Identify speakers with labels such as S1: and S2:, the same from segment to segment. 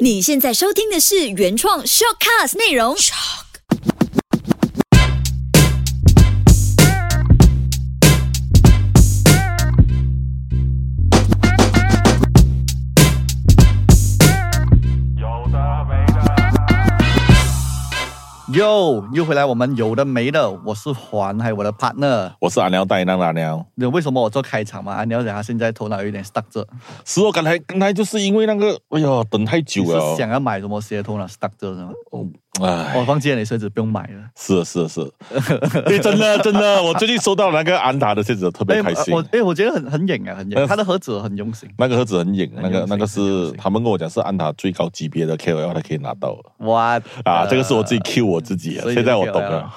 S1: 你现在收听的是原创 shortcast 内容。
S2: 哟，又回来我们有的没的，我是环，还有我的 partner。
S3: 我是阿廖，大一当阿廖。
S2: 你知道为什么我做开场吗？啊，你要讲他现在头脑有一点 stuck 着，
S3: 是哦，刚才刚才就是因为那个，哎呀，等太久
S2: 你是
S3: 了。
S2: 想要买什么鞋头脑 stuck 着是吗？
S3: 哎，
S2: 我放弃了你鞋子不用买了。
S3: 是是是， 哎，真的真的，我最近收到那个安达的戒指，特别开心
S2: 我。哎，我觉得很很硬啊，很硬，
S3: 呃
S2: 他的盒子很用心。
S3: 那个盒子很硬，那
S2: 很用
S3: 个
S2: 心
S3: 那个
S2: 很用
S3: 是
S2: 心
S3: 他们跟我讲是安达最高级别的 KOL 才可以拿到的
S2: 哇
S3: 啊，这个是我自己 Q 我自己的，
S2: 所以
S3: 现在我懂
S2: 就
S3: 了。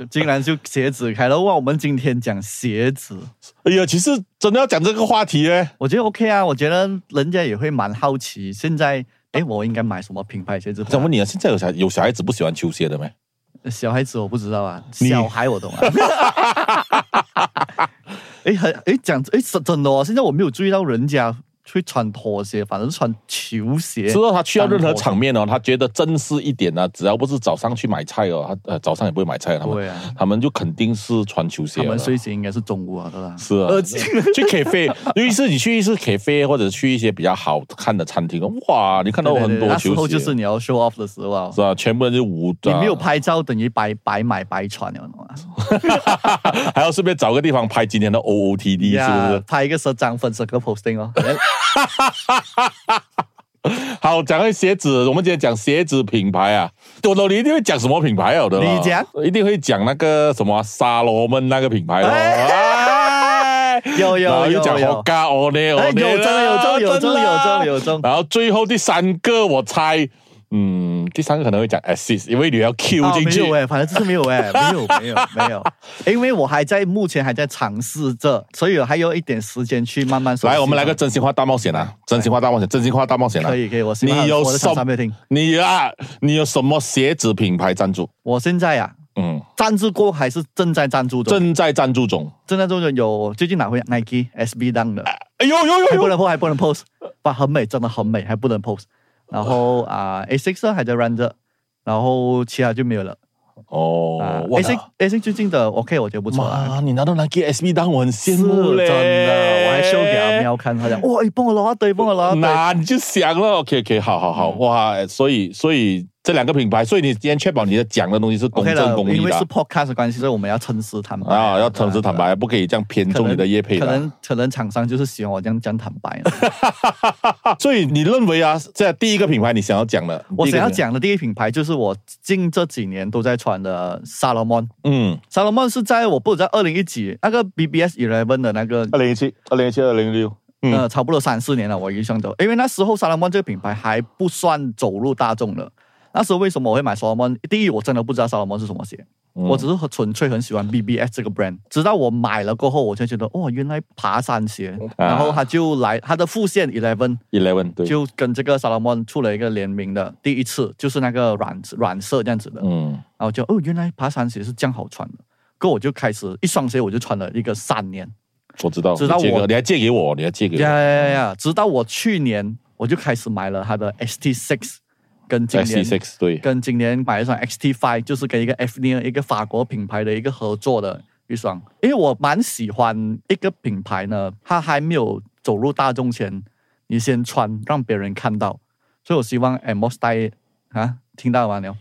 S2: 是竟然就鞋子开了哇！我们今天讲鞋子，
S3: 哎呀，其实真的要讲这个话题哎，
S2: 我觉得 OK 啊，我觉得人家也会蛮好奇。现在哎，我应该买什么品牌鞋子？
S3: 想问你啊，现在有小有小孩子不喜欢球鞋的没？
S2: 小孩子我不知道啊，
S3: 你
S2: 小孩我懂啊。 哎，很哎讲哎真真的哦，现在我没有注意到人家会穿拖鞋，反正是穿球鞋。
S3: 知道啊他去到任何场面哦，他觉得正式一点呢、只要不是早上去买菜哦，他呃早上也不会买菜，他们、
S2: 对啊
S3: 他们就肯定是穿球鞋
S2: 他
S3: 了。
S2: 们睡醒应该是中午啊，对吧？
S3: 是啊
S2: 呃，
S3: 去 cafe，尤其是你去一次 cafe 或者去一些比较好看的餐厅，哇，你看到
S2: 对对
S3: 啊很
S2: 对
S3: 多
S2: 那时
S3: 球
S2: 候
S3: 鞋，
S2: 就是你要 show off 的时候啊
S3: 是。吧？全部人就无，
S2: 你没有
S3: 啊，
S2: 拍照，等于白白买白穿了，懂吗？
S3: 还要顺便找个地方拍今天的 OOTD，、是不
S2: 拍一个十张粉十个 posting 哦。
S3: 是？好，讲个鞋子，我们今天讲鞋子品牌啊，我懂你一定会讲什么品牌有的啦，
S2: 你讲
S3: 一定会讲那个什么沙罗门那个品牌咯。哎
S2: 有
S3: 然
S2: 有
S3: 后又
S2: 有
S3: 讲
S2: 有
S3: 好，嘎哦呢哦
S2: 哎
S3: 呢，
S2: 有中有中有中有中有中
S3: 然后最后第三个，我猜，嗯，第三个可能会讲 assist，因为你要 Q
S2: 啊
S3: 进
S2: 没
S3: 去。
S2: 有哎、反正就是没有哎、 没有没有没有，因为我还在目前还在尝试着，所以还有一点时间去慢慢熟悉啊
S3: 来，我们来个真心话大冒险啊！真心话大冒险，真心话大冒险啊！
S2: 可以可以，我喜欢
S3: 你有
S2: 我的厂
S3: 什
S2: 商没有听，
S3: 你啊，你有什么鞋子品牌赞助？
S2: 我现在啊呀、
S3: 嗯，
S2: 赞助过还是正在赞助中，
S3: 正在赞助中。
S2: 正在赞助中有最近拿回 Nike SB Dunk 的，
S3: 哎呦呦
S2: 还
S3: 呦
S2: 不
S3: 呦！
S2: 能 post 还不能 post，哇很美真的很美还不能 post，然后啊 A Six 还在 run 着，然后其他就没有了。
S3: 哦，我
S2: A C A C 最近的 OK，我觉得哎不错啊。
S3: 妈，你拿到 Nike SB 当我很羡
S2: 是
S3: 慕嘞，
S2: 真的，我还秀给阿喵看，他讲 哇，你帮我拿一堆，帮我拿一堆。
S3: 那你就想了，OK OK，好好
S2: 嗯
S3: 好，哇，所以所以这两个品牌，所以你今天确保你的讲的东西是公
S2: OK 了
S3: 正公，
S2: 因
S3: 义
S2: 为
S3: 的啊
S2: 是 podcast 的关系，所以我们要诚实坦白
S3: 啊，要诚实坦。白，不可以这样偏
S2: 哎对吧
S3: 重你的业配
S2: 可
S3: 的。
S2: 能可能厂商就是喜欢我这样讲坦白啊的。
S3: 所以你认为啊，这第一个品牌你想要讲的，
S2: 我
S3: 第
S2: 想
S3: 一
S2: 要
S3: 个品牌，
S2: 讲的第一品牌就是我近这几年都在穿的萨洛曼。
S3: 嗯，
S2: 萨洛曼是在我不知道二零一几那个 BBS Eleven 的那个
S3: 二零一七、二零一七、二零一六，嗯
S2: 呃，差不多三四年了，我印象中，因为那时候萨拉曼这个品牌还不算走入大众了。那时候为什么我会买萨拉曼？第一，我真的不知道萨拉曼是什么鞋，
S3: 嗯
S2: 我只是纯粹很喜欢 BBS 这个 brand。直到我买了过后，我才觉得，哇、原来爬山鞋。
S3: 啊
S2: 然后它就来，它的副线 Eleven
S3: eleven 对，
S2: 就跟这个萨拉曼出了一个联名的，第一次就是那个软软色这样子的。
S3: 嗯，
S2: 然后就哦，原来爬山鞋是这样好穿的。跟我就开始一双鞋我就穿了一个三年。
S3: 我知道，
S2: 知道
S3: 你借给
S2: 我
S3: 你还借给我，你还借给
S2: 呀
S3: 我，哎
S2: 呀呀！直到我去年我就开始买了它的 ST Six，跟今
S3: S
S2: 年
S3: T six 对，
S2: 跟今年买了一双 XT Five，就是跟一个 F n E 一个法国品牌的一个合作的一双。因为我蛮喜欢一个品牌呢，它还没有走入大众前，你先穿让别人看到，所以我希望 M s t y 啊，听到吗？你啊，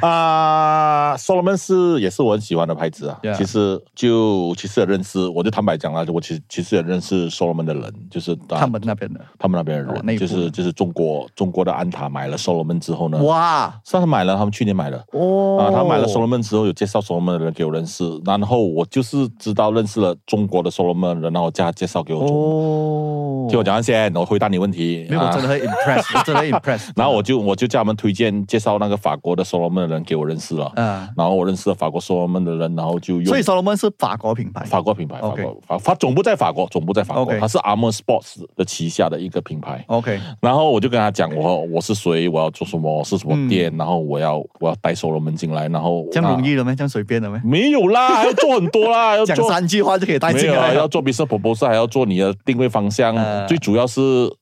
S3: 啊，Solomon 是也是我很喜欢的牌子啊。
S2: Yeah
S3: 其实就其实也认识，我就坦白讲了，我其其实也认识 Solomon 的人，就是、啊
S2: 他们那边的
S3: 他们那边的
S2: 哦
S3: 人，
S2: 内部
S3: 就是就是中国中国的安踏买了 Solomon 之后呢，
S2: 哇
S3: 上次买了，他们去年买了。
S2: 哦
S3: 啊，他买了 Solomon 之后，有介绍 Solomon 的人给我认识，然后我就是知道认识了中国的 Solomon 人，然后叫他介绍给我中国。
S2: 哦，
S3: 听我讲完先，我回答你问题。
S2: 没有，我
S3: 啊
S2: 真的很 impress，我真的很 impress。
S3: 然后我就我就叫他们推荐介绍那个法国的 Solomon 的人给我认识 了。
S2: 嗯。
S3: 然后我认识了法国 Solomon 的人，然后就用。
S2: 所以 Solomon 是法国品牌，
S3: 法国品牌，法
S2: OK
S3: 国法法总部在法国，总部在法国
S2: OK
S3: 它是 Armour Sports 的旗下的一个品牌。
S2: OK，
S3: 然后我就跟他讲，我我是谁，我要做什么，是什么店，然后我要我要带 s o l 进来，然后
S2: 嗯这样容
S3: 啊
S2: 易了没？这样随便了没？
S3: 没有啦，还要做很多 啦，还要
S2: 讲
S3: 做
S2: 三句话就可以带
S3: 没
S2: 进
S3: 有啊
S2: 来
S3: 要
S2: 了。
S3: 做 business proposal，还要做你的定位方向，
S2: 呃
S3: 最主要是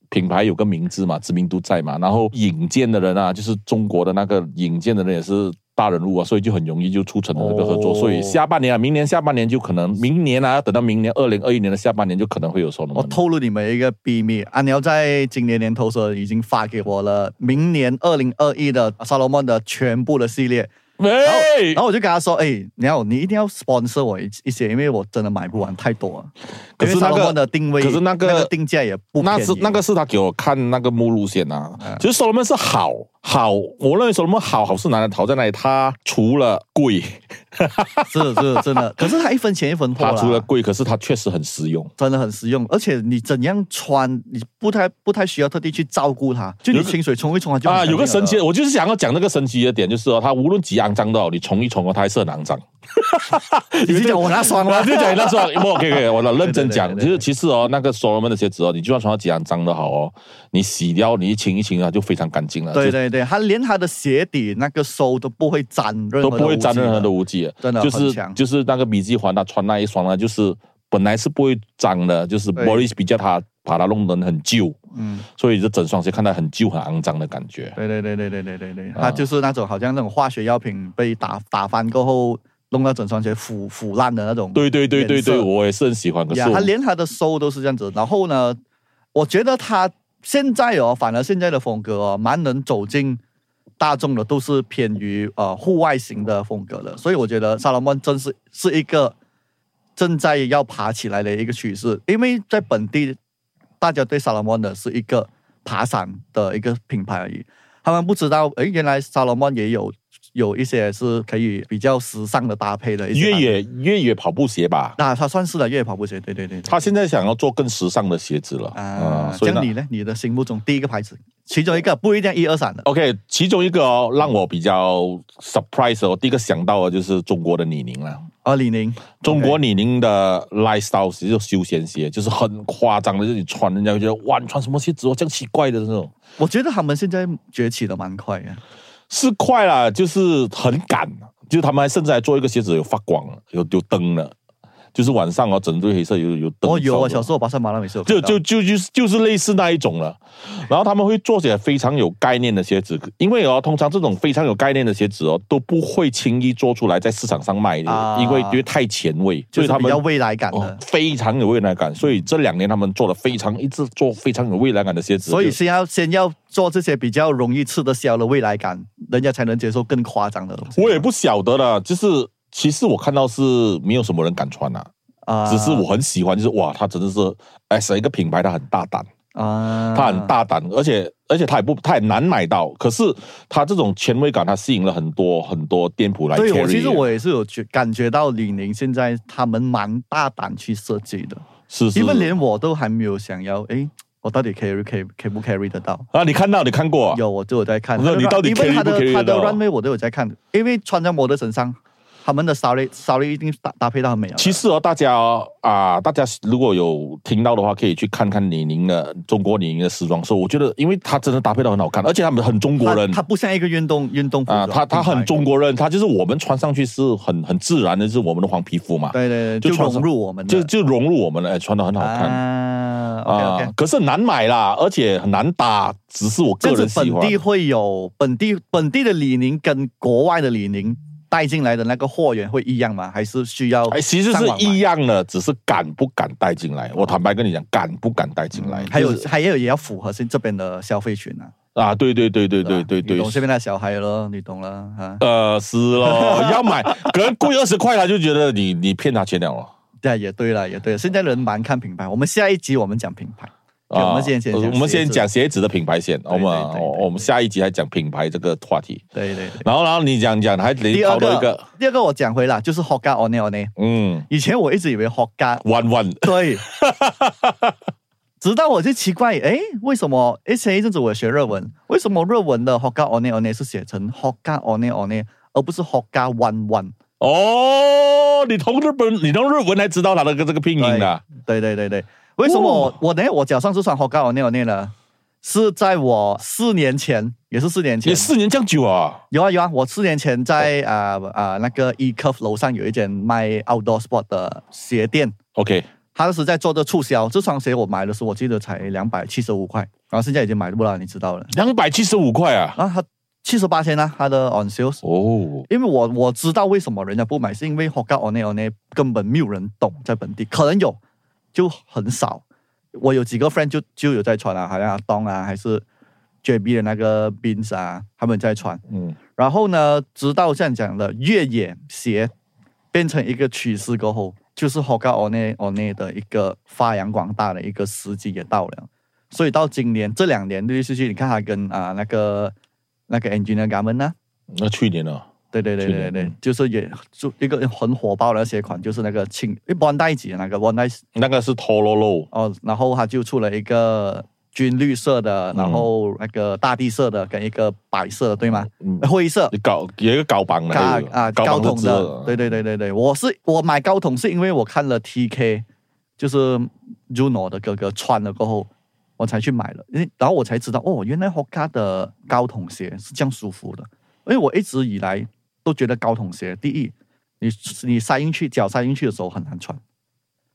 S3: 品牌有个名字嘛，知名度在嘛，然后引荐的人啊，就是中国的那个引荐的人也是大人物啊，所以就很容易就促成了这个合作。
S2: 哦
S3: 所以下半年啊，明年下半年就可能，明年啊，要等到明年二零二一年的下半年就可能会有收
S2: 我
S3: 罗门。
S2: 透露你们一个秘密，阿鸟在今年年头时候已经发给我了明年二零二一的萨罗曼的全部的系列，
S3: 喂
S2: 然，后我就跟他说：“哎，你好，你一定要 sponsor 我一一些，因为我真的买不完，太多了。
S3: 可是
S2: 因为
S3: 那个
S2: Salomon 的定位，
S3: 可是那个
S2: 个定价也不
S3: 那
S2: 便宜啊哦
S3: 是那个是他给我看那个目录先啊，其实所罗门是好好，我认为所罗门好好是难的，好在哪里？他除了贵，
S2: 是是真的， 可是它一分钱一分货
S3: 他
S2: 啦，
S3: 除了贵，可是他确实很实用。
S2: 真的很实用，而且你怎样穿，你不太不太需要特地去照顾它，就
S3: 有
S2: 你
S3: 个
S2: 清水冲一冲它就很
S3: 啊，有个神
S2: 干
S3: 奇
S2: 净
S3: 的，
S2: 了
S3: 我就是想要讲那个神奇的点，就是哦，它无论几肮脏都好，你冲一冲哦，它还是很肮脏。
S2: 你是讲我拿爽
S3: 我
S2: 了，
S3: 就讲那时候，不，OK，OK，我认真
S2: 对
S3: 讲，
S2: 对对对
S3: 其实其实哦，那个所罗门的鞋子哦，你就算穿到几肮脏都好哦，你洗掉，你一清一清啊，就非常干净了，
S2: 对
S3: 就
S2: 对对，它连它的鞋底那个收都不会沾任
S3: 都
S2: 何的
S3: 不会沾任何的
S2: 污啊
S3: 污迹，
S2: 真的
S3: 就
S2: 很
S3: 是
S2: 强
S3: 就是那个笔记环，他穿那一双呢，就是本来是不会脏的，就是
S2: 对
S3: Boris 比较他把它弄得很旧，
S2: 渍。嗯，
S3: 所以这整双鞋看到很旧很肮脏的感觉。
S2: 对对对对对对对对，
S3: 啊
S2: 它就是那种好像那种化学药品被打打翻过后，弄到整双鞋腐腐烂的那种。
S3: 对对对对
S2: 颜色
S3: 对，我也是很喜欢，可是
S2: 呀，他
S3: 我
S2: 连他的收都是这样子。然后呢，我觉得他现在哦，反而现在的风格哦，蛮能走进大众的，都是偏于呃户外型的风格了。所以我觉得萨拉曼真是是一个正在要爬起来的一个趋势，因为在本地大家对萨拉曼的是一个爬山的一个品牌而已，他们不知道诶，原来萨拉曼也有。有一些是可以比较时尚的搭配的一些
S3: 越
S2: 单品，
S3: 野越野跑步鞋吧，
S2: 那它算是了越野跑步鞋，对对对，对
S3: 他现在想要做更时尚的鞋子了嗯
S2: 啊，
S3: 所以呢
S2: 像你呢？你的心目中第一个牌子，其中一个不一定要一二三的，
S3: OK，其中一个哦，让我比较 surprise 哦，第一个想到的就是中国的李宁了。
S2: 哦，李宁，
S3: 中国李宁的 lifestyle 其实就是休闲鞋，就是很夸张的，就是你穿人家会觉得哇，你穿什么鞋子哦，这样奇怪的那种。
S2: 我觉得他们现在崛起的蛮快的，
S3: 是快啦，就是很赶，啊就是他们还甚至还做一个鞋子有发光了，有有灯了，就是晚上哦，整对黑色有有灯。
S2: 哦，有啊，
S3: 烧
S2: 小
S3: 了
S2: 时候巴塞马拉美是有看
S3: 就
S2: 到，
S3: 就就就是就是类似那一种了，然后他们会做起来非常有概念的鞋子，因为哦，通常这种非常有概念的鞋子哦，都不会轻易做出来在市场上卖的，
S2: 啊
S3: 因为因为太前卫，所
S2: 就
S3: 以
S2: 是
S3: 他
S2: 比
S3: 们
S2: 较未来感啊
S3: 哦
S2: 的，
S3: 非常有未来感，所以这两年他们做了非常一直做非常有未来感的鞋子，
S2: 所以
S3: 就。
S2: 先要先要做这些比较容易吃得消的未来感，人家才能接受更夸张的东西。
S3: 我也不晓得了，就是其实我看到是没有什么人敢穿啦、
S2: 啊，
S3: 只是我很喜欢，就是哇，它真的是 S 一个品牌，它很大胆，
S2: 啊，
S3: 它很大胆，而且而且它也不它也难买到，可是它这种前卫感，它吸引了很多很多店铺来 carry
S2: 对
S3: 的。
S2: 我其实我也是有觉感觉到李宁现在他们蛮大胆去设计的，
S3: 是是
S2: 因为连我都还没有想要，诶，我到底 carry carry carry 不 carry 得到？
S3: 啊，你看到你看过啊？
S2: 有，我都有在看。
S3: 我说你到底
S2: 因为
S3: carry
S2: 他
S3: 不
S2: 的
S3: carry
S2: 他
S3: 得
S2: 的
S3: 到
S2: runway 我都有在看，因为穿在模特身上，他们的 sorry sorry 一定搭搭配到很美啊。
S3: 其实哦，大家哦啊、大家如果有听到的话，可以去看看李宁的中国李宁的时装秀。我觉得，因为它真的搭配到很好看，而且他们很中国人
S2: 他，他不像一个运动运动服
S3: 啊，他他很中
S2: 国，
S3: 国人，他就是我们穿上去是很很自然的，是我们的黄皮肤嘛，
S2: 对对
S3: 就
S2: 对，就
S3: 穿上
S2: 融入我们的，
S3: 就就融入我们了，哎，穿的很好看
S2: 啊，OK
S3: 啊
S2: OK。，
S3: 可是难买啦，而且很难打，只是我
S2: 这
S3: 个
S2: 样
S3: 人
S2: 子
S3: 喜
S2: 本
S3: 欢
S2: 地。会有本地本地的李宁跟国外的李宁带进来的那个货源会一样吗？还是需要
S3: 哎，其实
S2: 哦上
S3: 是
S2: 网买哦
S3: 一样的，只是敢不敢带进来。我坦白跟你讲，敢不敢带进来？
S2: 嗯还有
S3: 就是
S2: 还有也要符合现这边的消费群啊，
S3: 啊，对对对对对
S2: 吧
S3: 对
S2: 你
S3: 对
S2: 懂，这边的小孩咯，你懂了啊，
S3: 呃，是咯， 要买可能贵二十块，他就觉得你你骗他钱了哦。
S2: 对啊，也对了，也对了。现在人蛮看品牌，我们下一集我们讲品牌。对
S3: 啊
S2: 我们先先
S3: 我们先
S2: 鞋子
S3: 讲鞋子的品牌先，我们
S2: 对对对
S3: 我我们下一集还讲品牌这个话题。
S2: 对对对。
S3: 然后，然后你讲讲，还得
S2: 第
S3: 跑
S2: 二
S3: 到一
S2: 个，
S3: 个，
S2: 第二个我讲回了，就是 Hoka o n e o n e
S3: 嗯，
S2: 以前我一直以为 Hoka，
S3: 弯弯，
S2: 对，直到我就奇怪，哎，为什么？诶前一阵子我学日文，为什么日文的 Hoka o n e o n e 是写成 Hoka o n e o n e 而不是 Hoka One One？
S3: 哦，你从日本，你从日文才知道它的这个这个拼音啊的，哦
S2: 对对对对，为什么我、我呢？我脚上是穿 Hoka o n e o n e 呢？是在我四年前，也是四年前
S3: 你，四年这样久啊？
S2: 有啊有啊，我四年前在呃啊啊、呃那个 E Curve 楼上有一间卖 outdoor sport 的鞋店，
S3: OK，
S2: 他是在做这促销。这双鞋我买的时候，我记得才两百七十五块，然后现在已经买不了，你知道的。
S3: 两百七十五块啊！
S2: 然后它七十八千呢，它的 on sales。
S3: 哦，
S2: 因为我我知道为什么人家不买，是因为 Hoka One One 根本没有人懂，在本地可能有，就很少。我有几个 friend 就就有在穿啊，好像阿东啊，还是 JB 的那个 Bins 啊，他们在穿。
S3: 嗯，
S2: 然后呢，直到像讲的越野鞋变成一个趋势过后，就是 Hoka One One 的一个发扬光大的一个时机也到了。所以到今年这两年陆陆续续，你看它跟啊、那个那个 Engineer Garment 呢、
S3: 那啊去年呢？
S2: 对对对
S3: 去
S2: 对
S3: 年
S2: 对
S3: 嗯，
S2: 就是也就一个很火爆的鞋款，就是那个庆一 Bondi 级的那个 Bondi
S3: 那个是 Tololo，
S2: 哦，然后它就出了一个军绿色的，
S3: 嗯
S2: 然后那个大地色的跟一个白色的，对吗？
S3: 嗯，
S2: 灰色
S3: 高有一个高帮的
S2: 高
S3: 还有
S2: 啊
S3: 高
S2: 高
S3: 帮
S2: 筒
S3: 知道
S2: 的，对对对对对，我是我买高筒是因为我看了 TK，就是 Juno 的哥哥穿了过后，我才去买的，因为然后我才知道哦，原来 Hoka 的高筒鞋是这样舒服的，因为我一直以来都觉得高筒鞋，第一，你你塞进去脚塞进去的时候很难穿，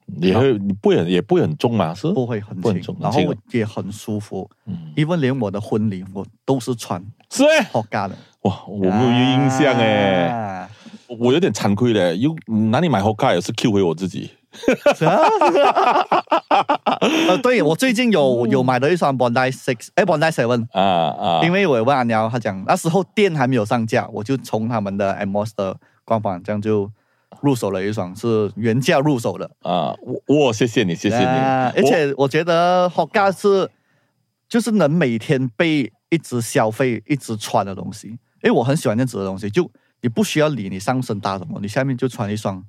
S3: 也会你不会很也不会很重嘛，是？
S2: 不会很
S3: 嗯不很
S2: 轻
S3: 重，
S2: 然后
S3: 很轻哦
S2: 也很舒服，
S3: 嗯，
S2: 因为连我的婚礼我都是穿
S3: 是哎，
S2: Hoka 的，
S3: 哇，我没有印象哎，
S2: 啊
S3: 我有点惭愧嘞，又哪里买 Hoka 也是 Q 回我自己，
S2: 呃，对我最近有有买了一双 Bondi Six，哎，Bondi Seven，
S3: 啊哦啊，
S2: 因为我有问阿鸟，他讲那时候店还没有上架，我就从他们的 m o s 的官方这样就入手了一双，是原价入手的。
S3: 啊，我我谢谢你，谢谢你，
S2: 啊而且我觉得 Hoka 是就是能每天被一直消费、一直穿的东西，因为我很喜欢这样子的东西，就你不需要理你上身搭什么，你下面就穿一双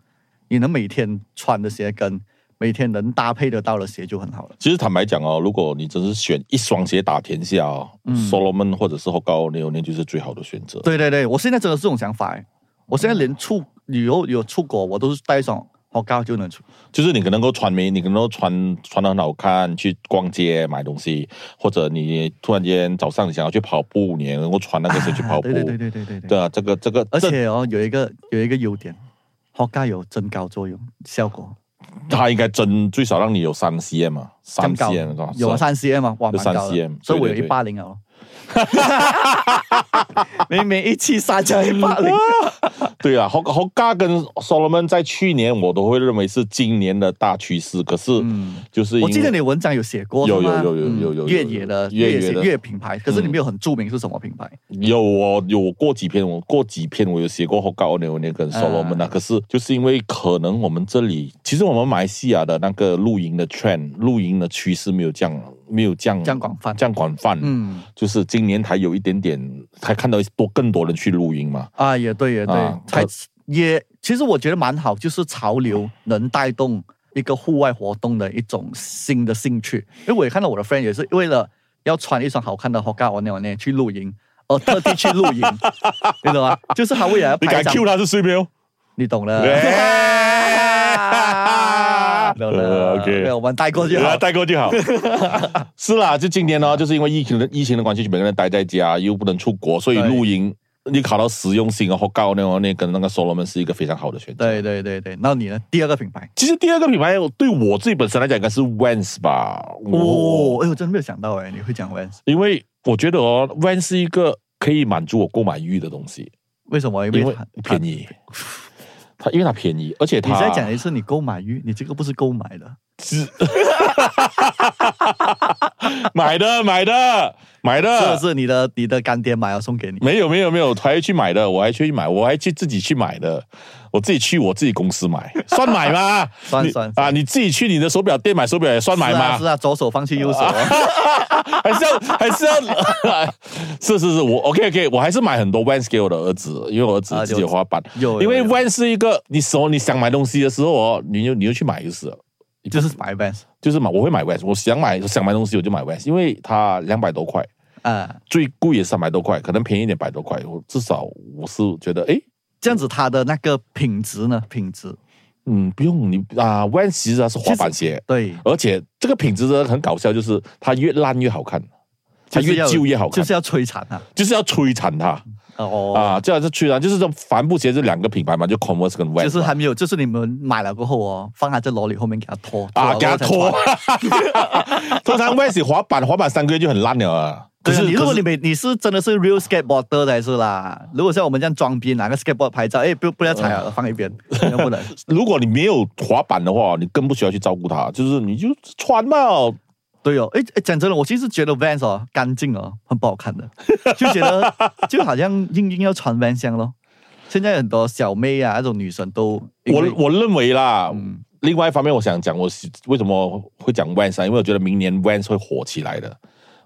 S2: 你能每天穿的鞋跟每天能搭配得到的鞋就很好了。
S3: 其实坦白讲哦，如果你真是选一双鞋打天下哦、
S2: 嗯
S3: s o l o m o n 或者是 Hoka n e o 那就是最好的选择。
S2: 对对对，我现在真的是这种想法欸。我现在连出旅游有出国，我都是带一双 Hoka 就能出。
S3: 就是你可能够穿没，你可能够穿穿的很好看，去逛街买东西，或者你突然间早上你想要去跑步，你也能够穿那个鞋去跑步。
S2: 啊对对对对对对
S3: 对
S2: 对。
S3: 啊，这个这个，
S2: 而
S3: 这
S2: 且哦，有一个有一个优点，Hoka 有增高作用效果，
S3: 它应该真最少让你有三 cm 嘛，三
S2: 增高
S3: cm 多少
S2: 有啊三 cm 吗？哇，
S3: 有
S2: 蛮高的
S3: 3cm
S2: 所以我有
S3: 对对
S2: 一
S3: 对
S2: 八零哦。 明明一七三加一八零，
S3: 对啊，Hoka Hoka 跟 Solomon 在去年我都会认为是今年的大趋势，可是
S2: 嗯
S3: 就是因
S2: 我记得
S3: 为
S2: 你文章有写过，
S3: 有
S2: 是吗
S3: 有有有
S2: 嗯
S3: 有有有
S2: 越野的
S3: 越野
S2: 越
S3: 的
S2: 野越品牌，可是你
S3: 嗯
S2: 没有很著名是什么品牌？
S3: 有我有过几篇，我过几篇我有写过 Hoka One One
S2: 嗯
S3: 跟 Solomon 啊，可是就是因为可能我们这里，其实我们马来西亚的那个露营的 trend，露营的趋势没有这样，没有这样
S2: 这样广泛
S3: 这样广泛，
S2: 嗯
S3: 就是今年才有一点点，才看到多更多人去露营嘛，
S2: 啊，也对，也对，
S3: 啊
S2: 才
S3: 可
S2: 也其实我觉得蛮好，就是潮流能带动一个户外活动的一种新的兴趣。因为我也看到我的 friend 也是为了要穿一双好看的 Hoka One One 去露营，而特地去露营， 你懂吗？就是他为了要
S3: 你
S2: 拍
S3: 敢
S2: 照，
S3: Q 他是睡没有？
S2: 你懂了。
S3: 哎
S2: 懂了
S3: 呃，OK
S2: 没有我们带过去好
S3: 啊。代购就好。是啦，就今年
S2: 嗯
S3: 呢，就是因为疫情的疫情的关系，就每个人待在家，又不能出国，所以
S2: 对
S3: 露营你考到实用性，然后高那那跟那个 Solomon 是一个非常好的选择。
S2: 对对对对，那你呢？第二个品牌
S3: 其实第二个品牌对我自己本身来讲，应该是 Vans 吧。
S2: 哦，，哎呦，真的没有想到哎，你会讲 Vans，
S3: 因为我觉得哦，Vans 是一个可以满足我购买欲的东西，
S2: 为什么？
S3: 因为
S2: 它
S3: 便。宜。 它因为它便宜，而且
S2: 你
S3: 它
S2: 再讲一次，你购买欲，你这个不是购买的。
S3: 买的买的买
S2: 这
S3: 的，
S2: 是你的你的干爹买了送给你。
S3: 没有没有没有，还去买的，我还去买，我还去自己去买的，我自己去我自己公司买， 算买吗？
S2: 算
S3: 你
S2: 算
S3: 啊，
S2: 算
S3: 你自己去你的手表店买手表也算买
S2: 是啊，
S3: 吗哦
S2: 是？啊，左手放弃右手。
S3: 还是要 还是要， 是是是，我 OK OK，我还是买很多 Vans 给我的儿子，因为我儿子
S2: 啊
S3: 自己有滑板，
S2: 有有
S3: 因为
S2: 有
S3: Vans 是一个你手你想买东西的时候哦，你就你就去买就是了。
S2: 就是买 Vans
S3: 就是买，我会买 Vans，我想买想买东西我就买 Vans，因为它两百多块，
S2: 啊，
S3: 最贵也三百多块，可能便宜一点百多块，我至少我是觉得诶。
S2: 这样子它的那个品质呢？品质
S3: 嗯，不用你啊，Vans 其实它是滑板鞋，
S2: 对，
S3: 而且这个品质真的很搞笑，就是它越烂越好看，它
S2: 就是
S3: 越
S2: 要
S3: 旧越好看，
S2: 就
S3: 就是
S2: 是要摧残它。啊
S3: 要摧残它。
S2: 哦，
S3: 啊，这样是去然就是这帆布鞋这两个品牌嘛，就 Converse 跟 Vans，
S2: 就是
S3: 嘛
S2: 还没有，就是你们买了过后哦，放在这罗里后面给它拖
S3: 啊，给他
S2: 拖
S3: 拖
S2: 了 过后才穿。。
S3: 通常 Vans 滑板，滑板三个月就很烂了啊。可
S2: 对啊，
S3: 是
S2: 你如果
S3: 可是
S2: 你没你是真的是 real skateboarder 才是啦。如果像我们这样装逼拿个 skateboard 拍照，哎，不不要踩了，
S3: 啊
S2: 放一边，不能。
S3: 如果你没有滑板的话，你更不需要去照顾它，就是你就穿嘛。
S2: 对哦，哎哎，讲真的，我其实觉得 Vans 哦干净哦，很不好看的， 就觉得就好像硬硬要穿 Vans 这样咯。现在很多小妹啊，那种女生都因为
S3: 我我认为啦，
S2: 嗯
S3: 另外一方面，我想讲我是为什么会讲 Vans，啊因为我觉得明年 Vans 会火起来的。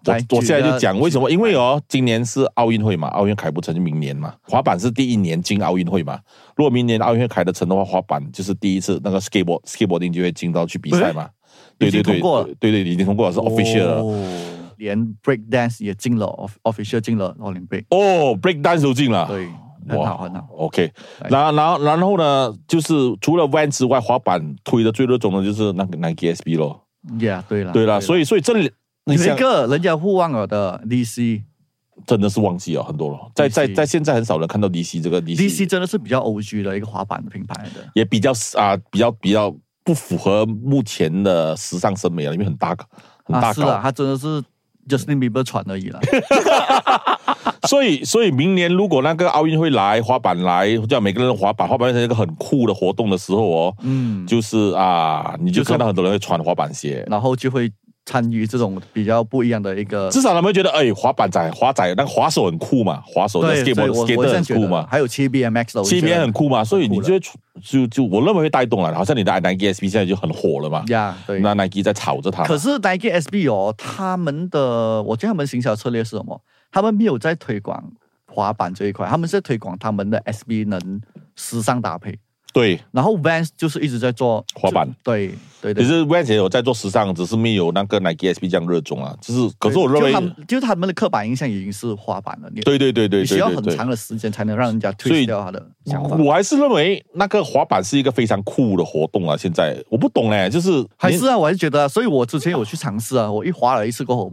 S3: 我
S2: 来
S3: 我
S2: 举
S3: 现在就
S2: 个
S3: 讲为什么？
S2: 举
S3: 因为哦，今年是奥运会嘛，奥运开不成就明年嘛。滑板是第一年进奥运会嘛，如果明年奥运会开得成的话，滑板就是第一次那个 skateboard skateboarding 就会进到去比赛嘛。对
S2: 已
S3: 对
S2: 经通
S3: 对，
S2: 过了
S3: 对对已经通过了，是 official 了。
S2: 哦连 break dance 也进了 off official 进了奥林匹克，
S3: 哦，break dance 都进了。
S2: 对，很好很好。
S3: OK，
S2: 来
S3: 然后然后然后呢，就是除了 Van 之外，滑板推的最热衷的就是那个 Nike SB 咯。
S2: Yeah，对啊了，
S3: 对啦，所以所以这里
S2: 有
S3: 你
S2: 一
S3: 想
S2: 个人家互忘了的 DC，DC
S3: 真的是忘记了哦很多了，在
S2: DC
S3: 在在现在很少人看到 DC 这个 DC,
S2: 真的是比较 OG 的一个滑板的品牌来的。
S3: 也比较啊、比较比较不符合目前的时尚审美了，因为很大个很
S2: 啊，
S3: 大
S2: 是
S3: 高，
S2: 啊，它真的是 Justin Bieber 传而 已了。
S3: 所以所以明年如果那个奥运会来，滑板来，叫每个人滑板，滑板变成一个很酷的活动的时候哦，
S2: 嗯，
S3: 就是啊，你就
S2: 就是
S3: 看到很多人会穿滑板鞋，
S2: 然后就会参与这种比较不一样的一个。
S3: 至少他们会觉得，哎，滑板仔、滑仔，那个滑手很酷嘛，滑手的
S2: 对，所以
S3: skateboard
S2: 我我
S3: skater
S2: 这样
S3: 很
S2: 觉
S3: 酷
S2: 得
S3: 嘛，
S2: 还有七 BMX 的，我
S3: ，C
S2: 觉
S3: 边
S2: 得
S3: 很酷嘛，所以你
S2: 酷
S3: 就会出就就我认为会带动了，好像你的 Nike SB 现在就很火了嘛，
S2: 呀，对。
S3: 那 Nike 在炒着它嘛，
S2: 可是 Nike SB 哦，他们的我觉得他们行销策略是什么？他们没有在推广滑板这一块，他们是在推广他们的 SB 能时尚搭配。
S3: 对，
S2: 然后 Vans 就是一直在做
S3: 滑板
S2: 就对对
S3: 其
S2: 对。
S3: 实 Vans 也有在做时尚，只是没有那个 Nike SB 这样热衷啊，就是可是我认
S2: 就他
S3: 为
S2: 们，就是他们的刻板印象已经是滑板了，你
S3: 对对对对
S2: 你需
S3: 对
S2: 要
S3: 对
S2: 很
S3: 对
S2: 长。的时间才能让人家
S3: 所以
S2: twist 掉他的想法。
S3: 我还是认为那个滑板是一个非常酷的活动啊！现在我不懂嘞，就是
S2: 还是啊，我还是觉得啊、所以我之前有去尝试啊，我一滑了一次过后，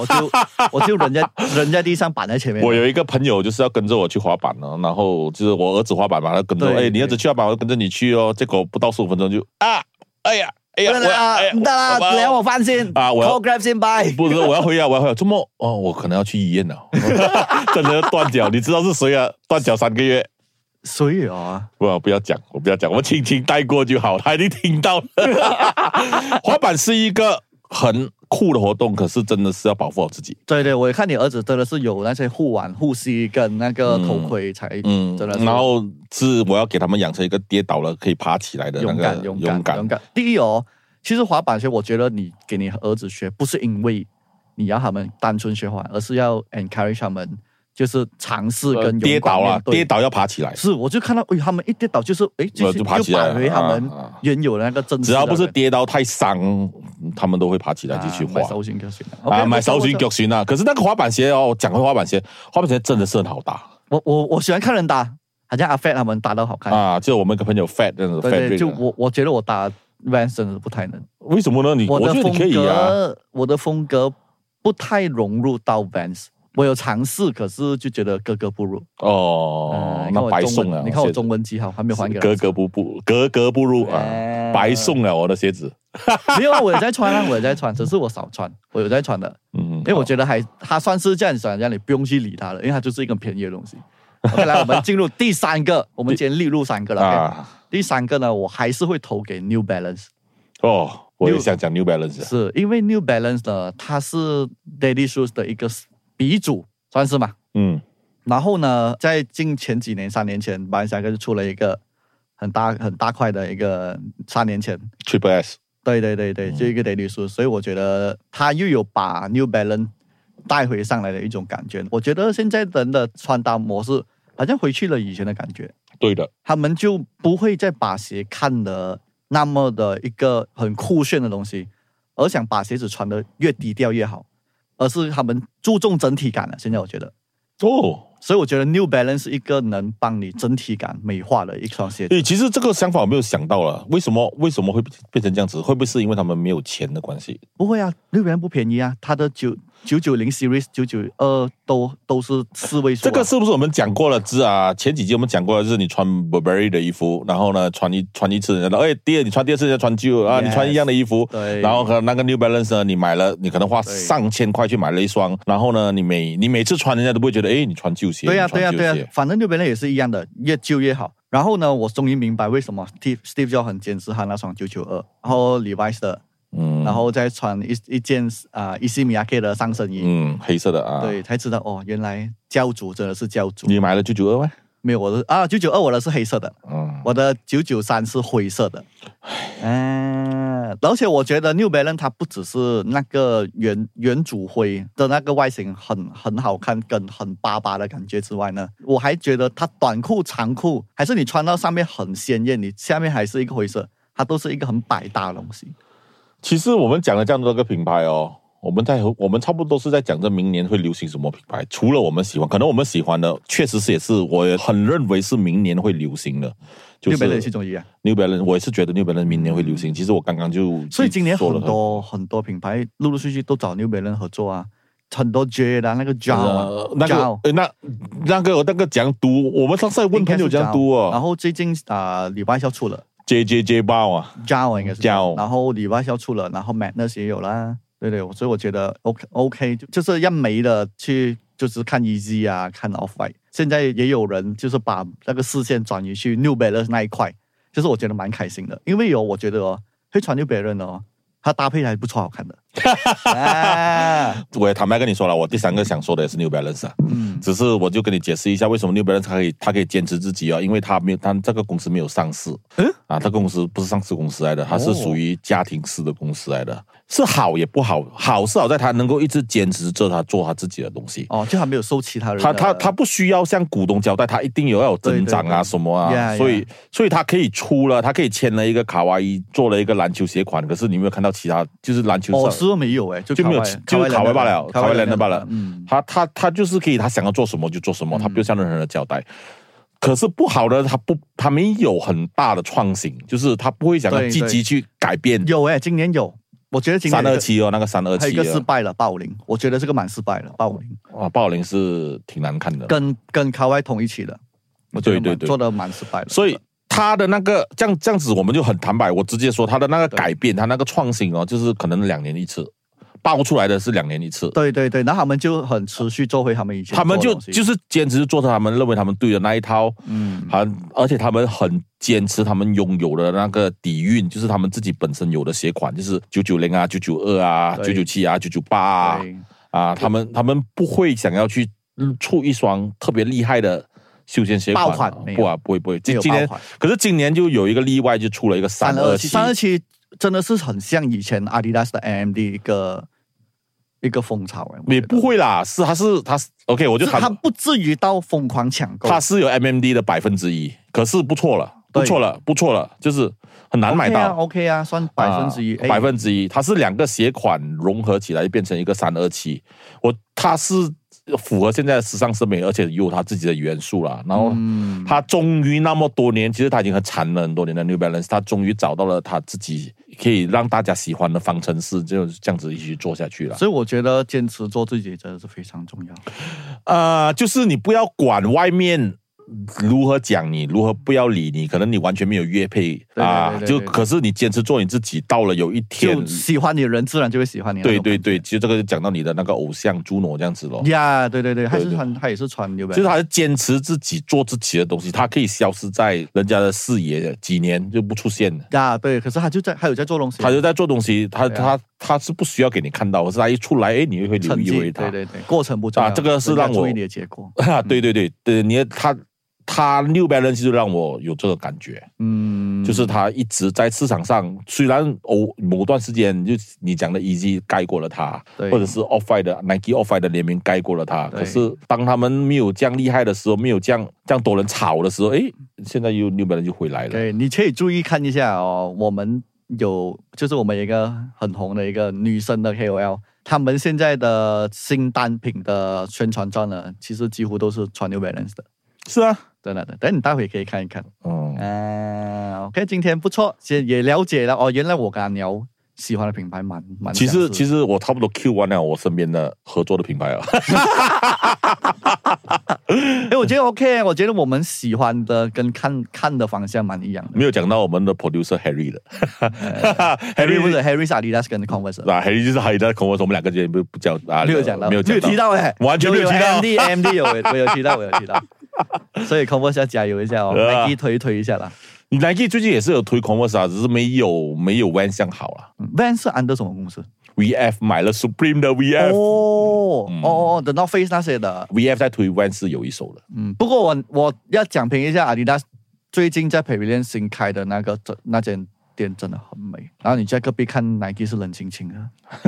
S2: 我就我就人 家人家地上板在前面，
S3: 呃我有一个朋友就是要跟着我去滑板哦，然后就是我儿子滑板嘛，他跟着我，
S2: 对
S3: 哎，你
S2: 对
S3: 儿子去滑板，我就跟着你去哦。结果不到十五分钟就啊，哎呀，哎呀，
S2: 不能啊
S3: 哎呀，
S2: 不得啦，
S3: 我
S2: 等我翻先
S3: 啊我要
S2: call grab 先 bye。
S3: 不是，我要回啊，我要回啊，周末哦，我可能要去医院了， 真的断脚，你知道是谁啊？断脚三个月，
S2: 所以啊，
S3: 不，我不要讲，我不要讲，我轻轻带过就好，他一定听到了。 滑板是一个很酷的活动，可是真的是要保护好自己。
S2: 对对，我看你儿子真的是有那些护腕、护膝跟那个头盔才，
S3: 嗯，
S2: 真的是
S3: 然后是我要给他们养成一个跌倒了可以爬起来的那
S2: 勇
S3: 个
S2: 敢、勇敢、勇敢。第一哦，其实滑板学，我觉得你给你儿子学，不是因为你要他们单纯学滑，而是要 encourage 他们，就是尝试
S3: 呃
S2: 跟
S3: 跌
S2: 勇敢
S3: 倒了
S2: 面，对
S3: 跌。倒要爬起来，
S2: 是，我就看到，哎，他们一跌倒就是，哎，
S3: 呃
S2: 是
S3: 就爬起来
S2: 又摆回他们
S3: 啊啊
S2: 原有的那个正式
S3: 只
S2: 的那
S3: 要
S2: 个。
S3: 不是跌倒太伤，他们都会爬起来
S2: 啊
S3: 继续滑
S2: 买。手型就行了。
S3: 啊，
S2: OK，
S3: 买
S2: 我
S3: 手
S2: 懂
S3: 寻
S2: 我
S3: 脚
S2: 懂
S3: 寻啊！可是那个滑板鞋哦，讲回滑板鞋，滑板鞋真的是很好打
S2: 我我我喜欢看人打，好像阿 Fat 他们打的好看。
S3: 啊！就我们一个朋友 Fat 这样子
S2: 对
S3: Fat
S2: 对，
S3: Drake
S2: 就
S3: 啊
S2: 我我觉得我打 Vans 真的是不太能。
S3: 为什么呢？你
S2: 我的
S3: 觉得
S2: 风
S3: 你可以啊。
S2: 格，我的风格不太融入到 Vans。我有尝试，可是就觉得格格不入。
S3: 哦
S2: 呃，
S3: 那白
S2: 你看我中
S3: 送啊了，
S2: 文，你看我
S3: 鞋子
S2: 中文记好，还没有还给他
S3: 格格不不格格不入啊
S2: 哎，
S3: 白送了我的鞋子。
S2: 没有啊，我有在穿啊，我有在穿，只是我少穿，我有在穿的，
S3: 嗯，
S2: 因为我觉得还它算是这样子，让你不用去理它了，因为它就是一个很便宜的东西。OK，来，我们进入第三个，我们今天列入三个了。OK？
S3: 啊，
S2: 第三个呢，我还是会投给 New Balance，
S3: 哦，我也
S2: New-
S3: 想讲 New Balance 啊
S2: 是因为 New Balance 呢，它是 Daily Shoes 的一个鼻祖，算是嘛。
S3: 嗯，
S2: 然后呢，在近前几年，三年前，马来西亚就出了一个很大很大块的一个，三年前，
S3: Triple S
S2: 对对对对，
S3: 嗯
S2: 就一个 Daily Shoes，所以我觉得它又有把 New Balance 带回上来的一种感觉。我觉得现在人的穿搭模式好像回去了以前的感觉。
S3: 对的，
S2: 他们就不会再把鞋看得那么的一个很酷炫的东西，而想把鞋子穿得越低调越好，而是他们注重整体感了。现在我觉得，
S3: 哦，
S2: 所以我觉得 New Balance 是一个能帮你整体感美化的一双鞋子。
S3: 对，其实这个想法我没有想到了，为什么为什么会变成这样子？会不会是因为他们没有钱的关系？
S2: 不会啊，六元不便宜啊，它的九九九零 Series 九九二都都是四位数啊、
S3: 这个是不是我们讲过了？是啊，前几集我们讲过了，就是你穿 Burberry 的衣服，然后呢穿一穿一次，然后哎，第二你穿第二次人家穿旧啊，
S2: Yes
S3: 你穿一样的衣服，
S2: 对
S3: 然后可能那个 New Balance 呢，你买了，你可能花
S2: 对
S3: 上千块去买了一双，然后呢，你每你每次穿，人家都不会觉得哎，你穿旧鞋，
S2: 对呀、啊
S3: 你
S2: 对
S3: 穿
S2: 呀、
S3: 旧
S2: 对呀、
S3: 鞋
S2: 反正六边类也是一样的，越旧越好。然后呢，我终于明白为什么 Steve Steve 就很坚持他那双九九二，然后 Levi's 的，
S3: 嗯，
S2: 然后再穿一一件啊伊西米亚 K 的上身衣，
S3: 嗯，黑色的啊，，
S2: 对，才知道哦，原来教主真的是教主。
S3: 你买了九九二吗？
S2: 没有，我的啊九九二我的是黑色的，
S3: 嗯，
S2: 我的九九三是灰色的。嗯、而且我觉得 New Balance 它不只是那个原原主灰的那个外形很很好看，跟很巴巴的感觉之外呢，我还觉得它短裤、长裤，还是你穿到上面很鲜艳，你下面还是一个灰色，它都是一个很百搭的东西。
S3: 其实我们讲了这样多个品牌哦，我们在我们差不多是在讲这明年会流行什么品牌。除了我们喜欢，可能我们喜欢的确实是也是我也很认为是明年会流行的，就是
S2: New Balance 其中一啊样，
S3: New Balance，我也是觉得 New Balance 明年会流行。其实我刚刚就
S2: 所以今年
S3: 说了
S2: 很多很多品牌陆陆续续都找 New Balance 合作啊，很多 J 的啊那个 j
S3: 呃
S2: o
S3: 那个呃那那个那个讲读，我们上次还问朋友讲读
S2: 然
S3: 哦
S2: 后最近啊，礼拜要出了。
S3: ，J J J 包啊，
S2: Jao 应该是
S3: Jao
S2: 然后礼拜销出了，然后 Madness 也有啦，对对，我所以我觉得 OK OK，就就是要没了去就是看 Easy 啊，看 Off White，现在也有人就是把那个视线转移去 New Balance 那一块，就是我觉得蛮开心的，因为有我觉得哦，会穿 New Balance 的哦，它搭配还不错，好看 的，啊、
S3: 我也坦白跟你说了，我第三个想说的也是 New Balance 啊。
S2: 嗯，
S3: 只是我就跟你解释一下，为什么 New Balance 它可以它可以坚持自己啊、因为它没有它这个公司没有上市，
S2: 嗯哦
S3: 啊，这公司不是上市公司来的，它是属于家庭式的公司来的，是好也不好，好是好在它能够一直坚持着它做它自己的东西。
S2: 哦，就还没有收其他人的，哦
S3: 它它它不需要向股东交代，它一定有要有增长
S2: 对
S3: 啊
S2: 对对
S3: 什么啊
S2: Yeah，
S3: 所以所以它可以出了，它可以签了一个卡哇伊，做了一个篮球鞋款，可是你有没有看到其他就是篮球
S2: 哦，
S3: 上
S2: 是没有哎，就
S3: 就没有
S2: 卡
S3: 就是卡
S2: 外
S3: 外罢了，卡
S2: 外
S3: 外兰的罢了。
S2: 嗯，
S3: 他他他就是可以，他想要做什么就做什么，他不用向任何人交代。可是不好的，他不他没有很大的创新，就是他不会想要
S2: 对
S3: 积极去改变。
S2: 有哎，今年有，我觉得今年
S3: 三
S2: 有一
S3: 二
S2: 个
S3: 七哦，那个三二
S2: 还有一
S3: 七
S2: 个失败了，霸凌，我觉得这个蛮失败了，霸凌
S3: 啊，暴凌是挺难看的。
S2: 跟跟卡外同一起的，我觉得蛮
S3: 对对对
S2: 做的蛮失败的。
S3: 所以他的那个这样这样子，我们就很坦白，我直接说他的那个
S2: 对
S3: 改变，他那个创新哦，就是可能两年一次，爆出来的是两年一次。
S2: 对对对，那他们就很持续做回他们以前
S3: 他们
S2: 做的
S3: 就
S2: 东西
S3: 就是坚持做他们认为他们对的那一套，
S2: 嗯
S3: 还而且他们很坚持他们拥有的那个底蕴，就是他们自己本身有的鞋款，就是九九零啊、九九二啊、九
S2: 对
S3: 九七啊、九九八啊
S2: 对
S3: 啊，他们他们不会想要去出一双特别厉害的休闲鞋
S2: 爆款没有
S3: 不啊，不会不会，
S2: 没
S3: 今
S2: 有
S3: 今年
S2: 爆款
S3: 可是今年就有一个例外，就出了一个
S2: 三
S3: 二
S2: 二七三二七真的是很像以前阿迪达斯的 AMD 一个一个风潮哎，我
S3: 也
S2: 觉得
S3: 不会啦，是他是他是 OK，我就是谈
S2: 他不至于到疯狂抢购，
S3: 它是有 MMD 的百分之一，可是不错了，
S2: 对
S3: 不错了，不错了，就是很难买
S2: OK 啊
S3: 到。
S2: OK 啊，算百分之一，哎
S3: 百分之一，它是两个鞋款融合起来就变成一个三二七。我它是符合现在的时尚审美，而且有它自己的元素啦。然后
S2: 嗯
S3: 它终于那么多年，其实它已经很馋了很多年的 New Balance，它终于找到了它自己可以让大家喜欢的方程式，就是这样子一起做下去了。
S2: 所以我觉得坚持做自己真的是非常重要。
S3: 呃，就是你不要管外面如何讲你，如何不要理你，可能你完全没有乐配
S2: 对
S3: 啊，
S2: 对对
S3: 就
S2: 对对
S3: 可是你坚持做你自己，到了有一天
S2: 就，喜欢你的人自然就会喜欢你。
S3: 对对对，，其实这个就讲到你的那个偶像朱诺这样子咯。
S2: 呀，对对对，他
S3: 对
S2: 是
S3: 对
S2: 穿，他也是穿牛仔，
S3: 就是他是坚持自己做自己的东西，他可以消失在人家的视野几年就不出现了。
S2: 呀，对，可是他就在，他有在做东西，啊
S3: 他就在做东西，他
S2: 对啊
S3: 他他是不需要给你看到，可是他一出来，哎，你又会留
S2: 成
S3: 意
S2: 绩，
S3: 回
S2: 对
S3: 他。
S2: 对对，过程不重要，
S3: 啊这个是让我
S2: 人家注意你的结果，
S3: 啊， 对对对对，你他他 New Balance 就让我有这个感觉。
S2: 嗯，
S3: 就是他一直在市场上，虽然偶某段时间就你讲的 Easy 盖过了他，
S2: 对
S3: 或者是 Off White 的 Nike Off White 的联名盖过了他，
S2: 对
S3: 可是当他们没有这样厉害的时候，没有这样这样多人炒的时候，诶，现在又 New Balance 就回来了。
S2: 对，你可以注意看一下哦，我们有就是我们有一个很红的一个女生的 KOL，他们现在的新单品的宣传照呢，其实几乎都是穿 New Balance 的，
S3: 是啊，
S2: 真的的。等你待会可以看一看。
S3: 嗯，
S2: 啊，OK，今天不错，也也了解了哦。原来我跟他聊喜欢的品牌蛮蛮
S3: 其
S2: 相
S3: 实
S2: 似，
S3: 其实我差不多 Q 完了我身边的合作的品牌啊，
S2: 哎，我觉得 OK，我觉得我们喜欢的跟看看的方向蛮一样的。
S3: 没有讲到我们的 producer Harry 的
S2: Harry 不是
S3: 是
S2: Harry 是 Adidas 跟 Converse，的
S3: 啊，Harry 就是 Harry 在跟我说，我们两个之间不不讲啊，
S2: 没有讲到，
S3: 没有讲
S2: 提到哎，
S3: 完全没有提到
S2: MD MD 有我有提到，我有 提到。所以 Converse 要加油一下哦
S3: 呃
S2: ，Nike 推一推一下啦。
S3: 你 Nike 最近也是有推 Converse 啊，只是没有没有 Van 向好啦。
S2: 嗯 Vans 是 under 什么公司？
S3: VF 买了 Supreme 的
S2: 哦
S3: VF，VF、嗯
S2: 哦哦，The North Face 那些的。
S3: VF 在推 Van 是有一手的。
S2: 嗯，不过我我要讲评一下 Adidas 最近在 Pavilion 新开的那个这那间店真的很美。然后你在隔壁看 Nike 是冷清清的，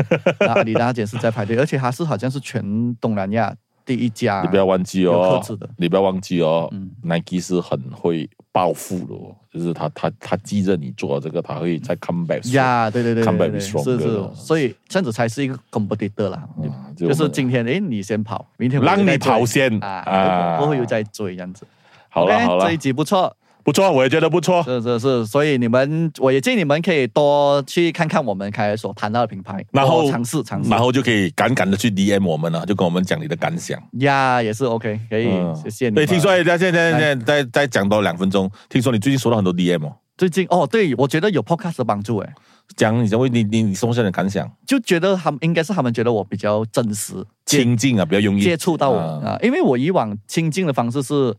S2: 那 Adidas 那间是在排队，而且它是好像是全东南亚第一家。
S3: 你不要忘记
S2: 啊有
S3: 哦
S2: 克制的，
S3: 你不要忘记哦、
S2: 嗯
S3: n i k e 是很会报复的哦，就是他他他记着你做了这个，他会再 come back strong。
S2: 嗯呀，对对对对
S3: Come back
S2: 对
S3: be
S2: 对是
S3: stronger
S2: 是
S3: 了，
S2: 所以这样子才是一个 competitor 啦。
S3: 嗯就
S2: 就是
S3: 我们
S2: 今天，诶，你先跑，明天我
S3: 让
S2: 又再
S3: 你
S2: 追
S3: 跑先
S2: 啊，
S3: 啊
S2: 过后又再追这样子。
S3: 好了
S2: OK，
S3: 好了
S2: 哎这一，集不错，
S3: 不错，我也觉得不错。
S2: 是是是，所以你们，我也建议你们可以多去看看我们开所谈到的品牌，
S3: 然后
S2: 多尝试尝试，
S3: 然后就可以敢敢的去 DM 我们了，啊就跟我们讲你的感想。嗯
S2: 呀也是 OK，可以，哎谢谢你们。
S3: 对，听说哎现在现在现在再再讲多两分钟，听说你最近收到很多 DM 哦，
S2: 最近哦，对我觉得有 Podcast 的帮助诶，
S3: 讲你为你你你松下的感想，
S2: 就觉得他们应该是他们觉得我比较真实，接
S3: 亲近啊，比较容易
S2: 接触到我
S3: 嗯
S2: 啊，因为我以往亲近的方式是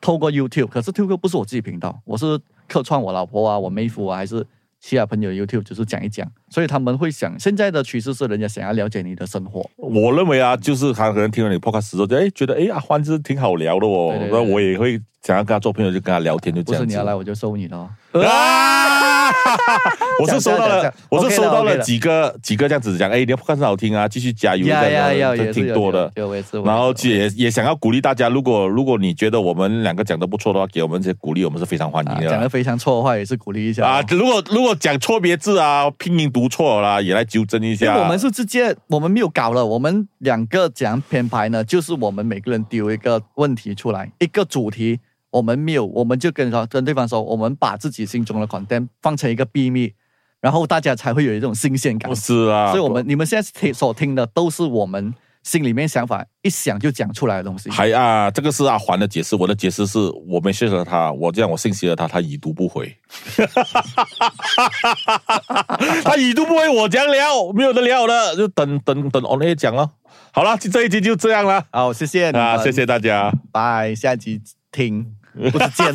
S2: 透过 YouTube，可是 YouTube 不是我自己频道，我是客串我老婆啊、我妹夫啊，还是其他朋友的 YouTube，就是讲一讲，所以他们会想，现在的趋势是人家想要了解你的生活，
S3: 我认为啊，就是他可能听了你 podcast 之后，就哎觉得哎阿欢就是挺好聊的哦
S2: 对对，对
S3: 那我也会想要跟他做朋友，就跟他聊天，就这
S2: 不是
S3: 样
S2: 你要来
S3: 子。
S2: 我就收你的哦。
S3: 啊！我是收到
S2: 讲这样讲这样
S3: 了，我是收到
S2: OK
S3: 了
S2: 的
S3: 几个几个这样子讲，哎，你的 podcast 很好听啊，继续加油，
S2: 呀呀
S3: 这
S2: 呀，
S3: 样
S2: 也是
S3: 子挺
S2: 有
S3: 多的。
S2: 有有我也是。我也是
S3: 然后也也想要鼓励大家，如果如果你觉得我们两个讲的不错的话，给我们一些鼓励，我们是非常欢
S2: 啊
S3: 迎
S2: 讲的
S3: 的。
S2: 非常错的话也是鼓励一下
S3: 啊
S2: 哦，
S3: 如果如果讲错别字啊，拼音读错啦，也来纠正一
S2: 因
S3: 下。
S2: 为我们是直接，我们没有搞了。我们两个讲品牌呢，就是我们每个人丢一个问题出来，一个主题，我们没有，我们就跟说跟对方说，我们把自己心中的 content 放成一个秘密，然后大家才会有一种新鲜感
S3: 不。是啊，
S2: 所以，我们你们现在听所听的都是我们心里面想法，一想就讲出来的东西。
S3: 还啊，这个是阿环的解释，我的解释是我没信了他，我这样我信息了他，他已读不回， 他已读不回，我讲了，没有得聊了，就等等等 on air 讲了。好了，这一集就这样了
S2: 好，谢谢你
S3: 啊，
S2: 们，
S3: 谢谢大家。
S2: 拜，下集听，不是见，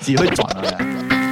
S2: 机会转了。两个